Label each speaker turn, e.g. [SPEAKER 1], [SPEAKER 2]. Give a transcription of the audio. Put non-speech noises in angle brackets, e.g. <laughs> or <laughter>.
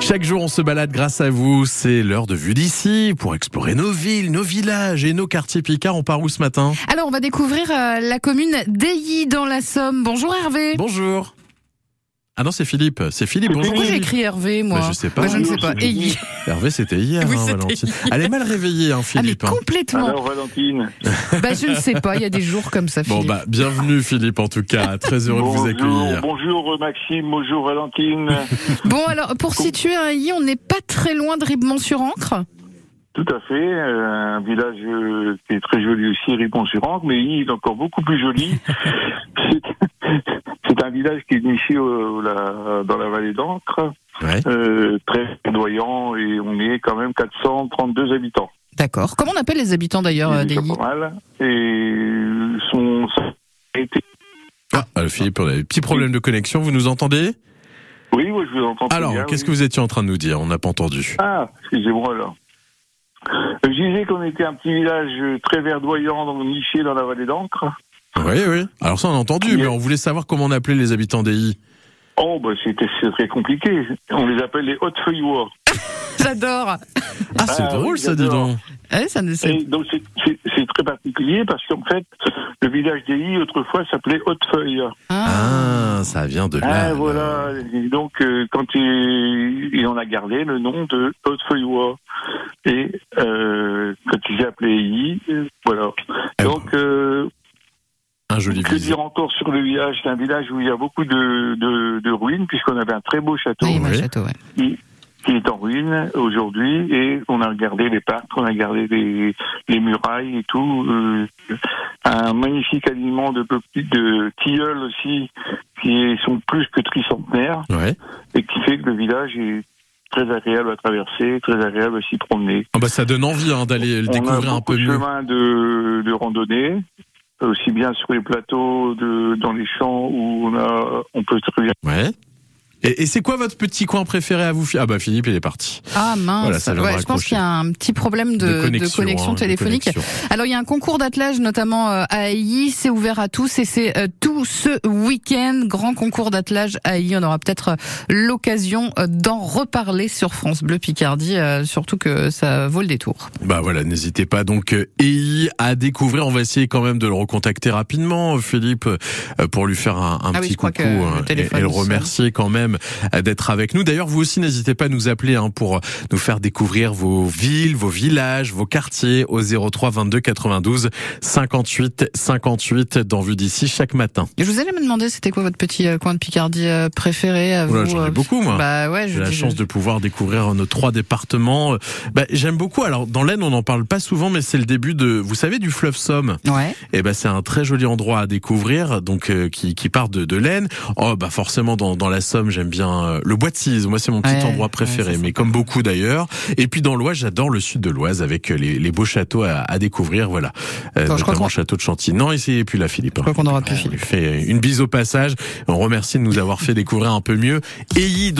[SPEAKER 1] Chaque jour, on se balade grâce à vous. C'est l'heure de vue d'ici pour explorer nos villes, nos villages et nos quartiers picards. On part où ce matin
[SPEAKER 2] Alors, on va découvrir euh, la commune d'Ailly dans la Somme. Bonjour Hervé.
[SPEAKER 1] Bonjour. Ah non, c'est Philippe. C'est Philippe. Bonjour.
[SPEAKER 2] Pourquoi j'ai écrit Hervé, moi
[SPEAKER 1] Bah, je sais pas.
[SPEAKER 2] Bah, je ne sais pas. Ailly.
[SPEAKER 1] Hervé, c'était hier,
[SPEAKER 2] Oui,
[SPEAKER 1] hein,
[SPEAKER 2] c'était
[SPEAKER 1] Valentine.
[SPEAKER 2] hier.
[SPEAKER 1] Elle est mal réveillée, hein,
[SPEAKER 2] Ah, mais
[SPEAKER 1] Philippe. hein.
[SPEAKER 2] complètement.
[SPEAKER 3] Alors Valentine,
[SPEAKER 2] Bah, je ne sais pas. Il y a des jours comme
[SPEAKER 1] <laughs>
[SPEAKER 2] ça,
[SPEAKER 1] Bon,
[SPEAKER 2] Philippe.
[SPEAKER 1] bah, bienvenue, Philippe, en tout cas. Très heureux de vous
[SPEAKER 3] bonjour,
[SPEAKER 1] accueillir.
[SPEAKER 3] bonjour Maxime, bonjour Valentine,
[SPEAKER 2] Bon, alors, pour situer Ailly, on n'est pas très loin de Ribemont-sur-Ancre.
[SPEAKER 3] tout à fait, euh, un village euh, qui est très joli aussi, Ripon-sur-Ancre, mais il est encore beaucoup plus joli. C'est- C'est un village qui est niché au- la- dans la vallée d'Ancre,
[SPEAKER 1] Ouais.
[SPEAKER 3] euh, très doyant, et on est quand même 432 habitants.
[SPEAKER 2] D'accord. Comment on appelle les habitants d'ailleurs euh,
[SPEAKER 3] C'est déjà
[SPEAKER 2] d'Ailly
[SPEAKER 3] pas mal. Et son...
[SPEAKER 1] Ah, euh, Philippe, on a des petits problèmes de connexion. Vous nous entendez
[SPEAKER 3] Oui, oui, je vous entends très
[SPEAKER 1] Alors,
[SPEAKER 3] bien,
[SPEAKER 1] qu'est-ce
[SPEAKER 3] oui.
[SPEAKER 1] que vous étiez en train de nous dire On n'a pas entendu.
[SPEAKER 3] Ah, excusez-moi alors. Je disais qu'on était un petit village très verdoyant, donc niché dans la vallée d'Ancre.
[SPEAKER 1] Oui, oui. Alors ça, on a entendu,
[SPEAKER 3] Oui.
[SPEAKER 1] mais on voulait savoir comment on appelait les habitants d'Ailly.
[SPEAKER 3] Oh, bah c'était c'est très compliqué. On les appelle les hautes feuillois.
[SPEAKER 2] J'adore.
[SPEAKER 1] Ah, c'est
[SPEAKER 3] Ah, oui,
[SPEAKER 1] drôle, ça, dis
[SPEAKER 3] j'adore.
[SPEAKER 1] donc.
[SPEAKER 2] Eh, ça ne c'est-
[SPEAKER 3] Et donc c'est- c'est c'est très particulier parce qu'en fait, le village d'Ailly autrefois s'appelait Hautefeuille.
[SPEAKER 2] Ah.
[SPEAKER 1] Ah, ça vient de là.
[SPEAKER 3] Ah, voilà. Et donc euh, quand il, il en a gardé le nom de Hautefeuillois. Et euh, quand il s'est appelé Ailly, euh, voilà.
[SPEAKER 1] Eh
[SPEAKER 3] Donc euh,
[SPEAKER 1] Un joli
[SPEAKER 3] Que
[SPEAKER 1] visage.
[SPEAKER 3] dire encore sur le village C'est un village où il y a beaucoup de, de, de ruines, puisqu'on avait un très beau château
[SPEAKER 2] Oui, mon
[SPEAKER 1] oui.
[SPEAKER 2] château, ouais.
[SPEAKER 3] qui est en ruine aujourd'hui, et on a regardé les parcs, on a regardé les, les murailles et tout. euh, un magnifique aliment de, peuple- de tilleuls aussi, qui sont plus que tricentenaires,
[SPEAKER 1] Ouais.
[SPEAKER 3] et qui fait que le village est très agréable à traverser, très agréable à s'y promener.
[SPEAKER 1] Ah bah, ça donne envie hein, d'aller le
[SPEAKER 3] On a
[SPEAKER 1] découvrir un
[SPEAKER 3] beaucoup
[SPEAKER 1] peu
[SPEAKER 3] de
[SPEAKER 1] mieux.
[SPEAKER 3] chemins de, de randonnée, euh, aussi bien sur les plateaux, de, dans les champs où on, a, on peut très bien.
[SPEAKER 1] Ouais. Et, et c'est quoi votre petit coin préféré à vous Fi- Ah bah Philippe, il est parti.
[SPEAKER 2] Ah mince.
[SPEAKER 1] Voilà, ça vient de
[SPEAKER 2] Ouais, je pense
[SPEAKER 1] raccrocher.
[SPEAKER 2] qu'il y a un petit problème de, de connexion,
[SPEAKER 1] hein, de
[SPEAKER 2] téléphonique.
[SPEAKER 1] connexion.
[SPEAKER 2] Alors il y a un concours d'attelage notamment euh, à Ailly, c'est ouvert à tous et c'est euh, tout ce week-end, grand concours d'attelage à Ailly. On aura peut-être euh, l'occasion euh, d'en reparler sur France Bleu Picardie, euh, surtout que ça vaut le détour.
[SPEAKER 1] Bah voilà, n'hésitez pas donc euh, EI à découvrir. On va essayer quand même de le recontacter rapidement, euh, Philippe, euh, pour lui faire un, un
[SPEAKER 2] Ah oui,
[SPEAKER 1] petit
[SPEAKER 2] je crois
[SPEAKER 1] coucou
[SPEAKER 2] que le
[SPEAKER 1] hein, et,
[SPEAKER 2] téléphone
[SPEAKER 1] et le
[SPEAKER 2] sonne.
[SPEAKER 1] remercier quand même euh, d'être avec nous. D'ailleurs, vous aussi, n'hésitez pas à nous appeler hein, pour nous faire découvrir vos villes, vos villages, vos quartiers au 03 22 92 58 58 dans Vue d'ici chaque matin.
[SPEAKER 2] Je vous allez me demander c'était quoi votre petit euh, coin de Picardie euh, préféré à
[SPEAKER 1] Oula,
[SPEAKER 2] vous
[SPEAKER 1] j'en ai
[SPEAKER 2] euh,
[SPEAKER 1] beaucoup moi.
[SPEAKER 2] Bah ouais, je
[SPEAKER 1] J'ai la
[SPEAKER 2] dis-
[SPEAKER 1] chance de pouvoir découvrir nos trois départements. Euh, Bah, J'aime beaucoup. Alors, dans l'Aisne, on n'en parle pas souvent, mais c'est le début de, vous savez, du fleuve Somme.
[SPEAKER 2] Ouais.
[SPEAKER 1] Et ben, c'est un très joli endroit à découvrir, donc euh, qui, qui part de, de l'Aisne. Oh, bah forcément, dans, dans la Somme, j'aime bien euh, le Bois de Cise. Moi, c'est mon petit
[SPEAKER 2] Ouais,
[SPEAKER 1] endroit
[SPEAKER 2] ouais,
[SPEAKER 1] préféré,
[SPEAKER 2] c'est
[SPEAKER 1] mais
[SPEAKER 2] sympa.
[SPEAKER 1] comme beaucoup d'ailleurs. Et puis dans l'Oise, j'adore le sud de l'Oise avec euh, les, les beaux châteaux à, à découvrir. Voilà, euh,
[SPEAKER 2] Attends, je crois
[SPEAKER 1] notamment
[SPEAKER 2] qu'on-
[SPEAKER 1] le château de Chantilly. Non, essayez plus là, Philippe. hein.
[SPEAKER 2] Je crois qu'on aura plus
[SPEAKER 1] On lui fait une bise au passage. On remercie de nous avoir fait découvrir un peu mieux. Ayez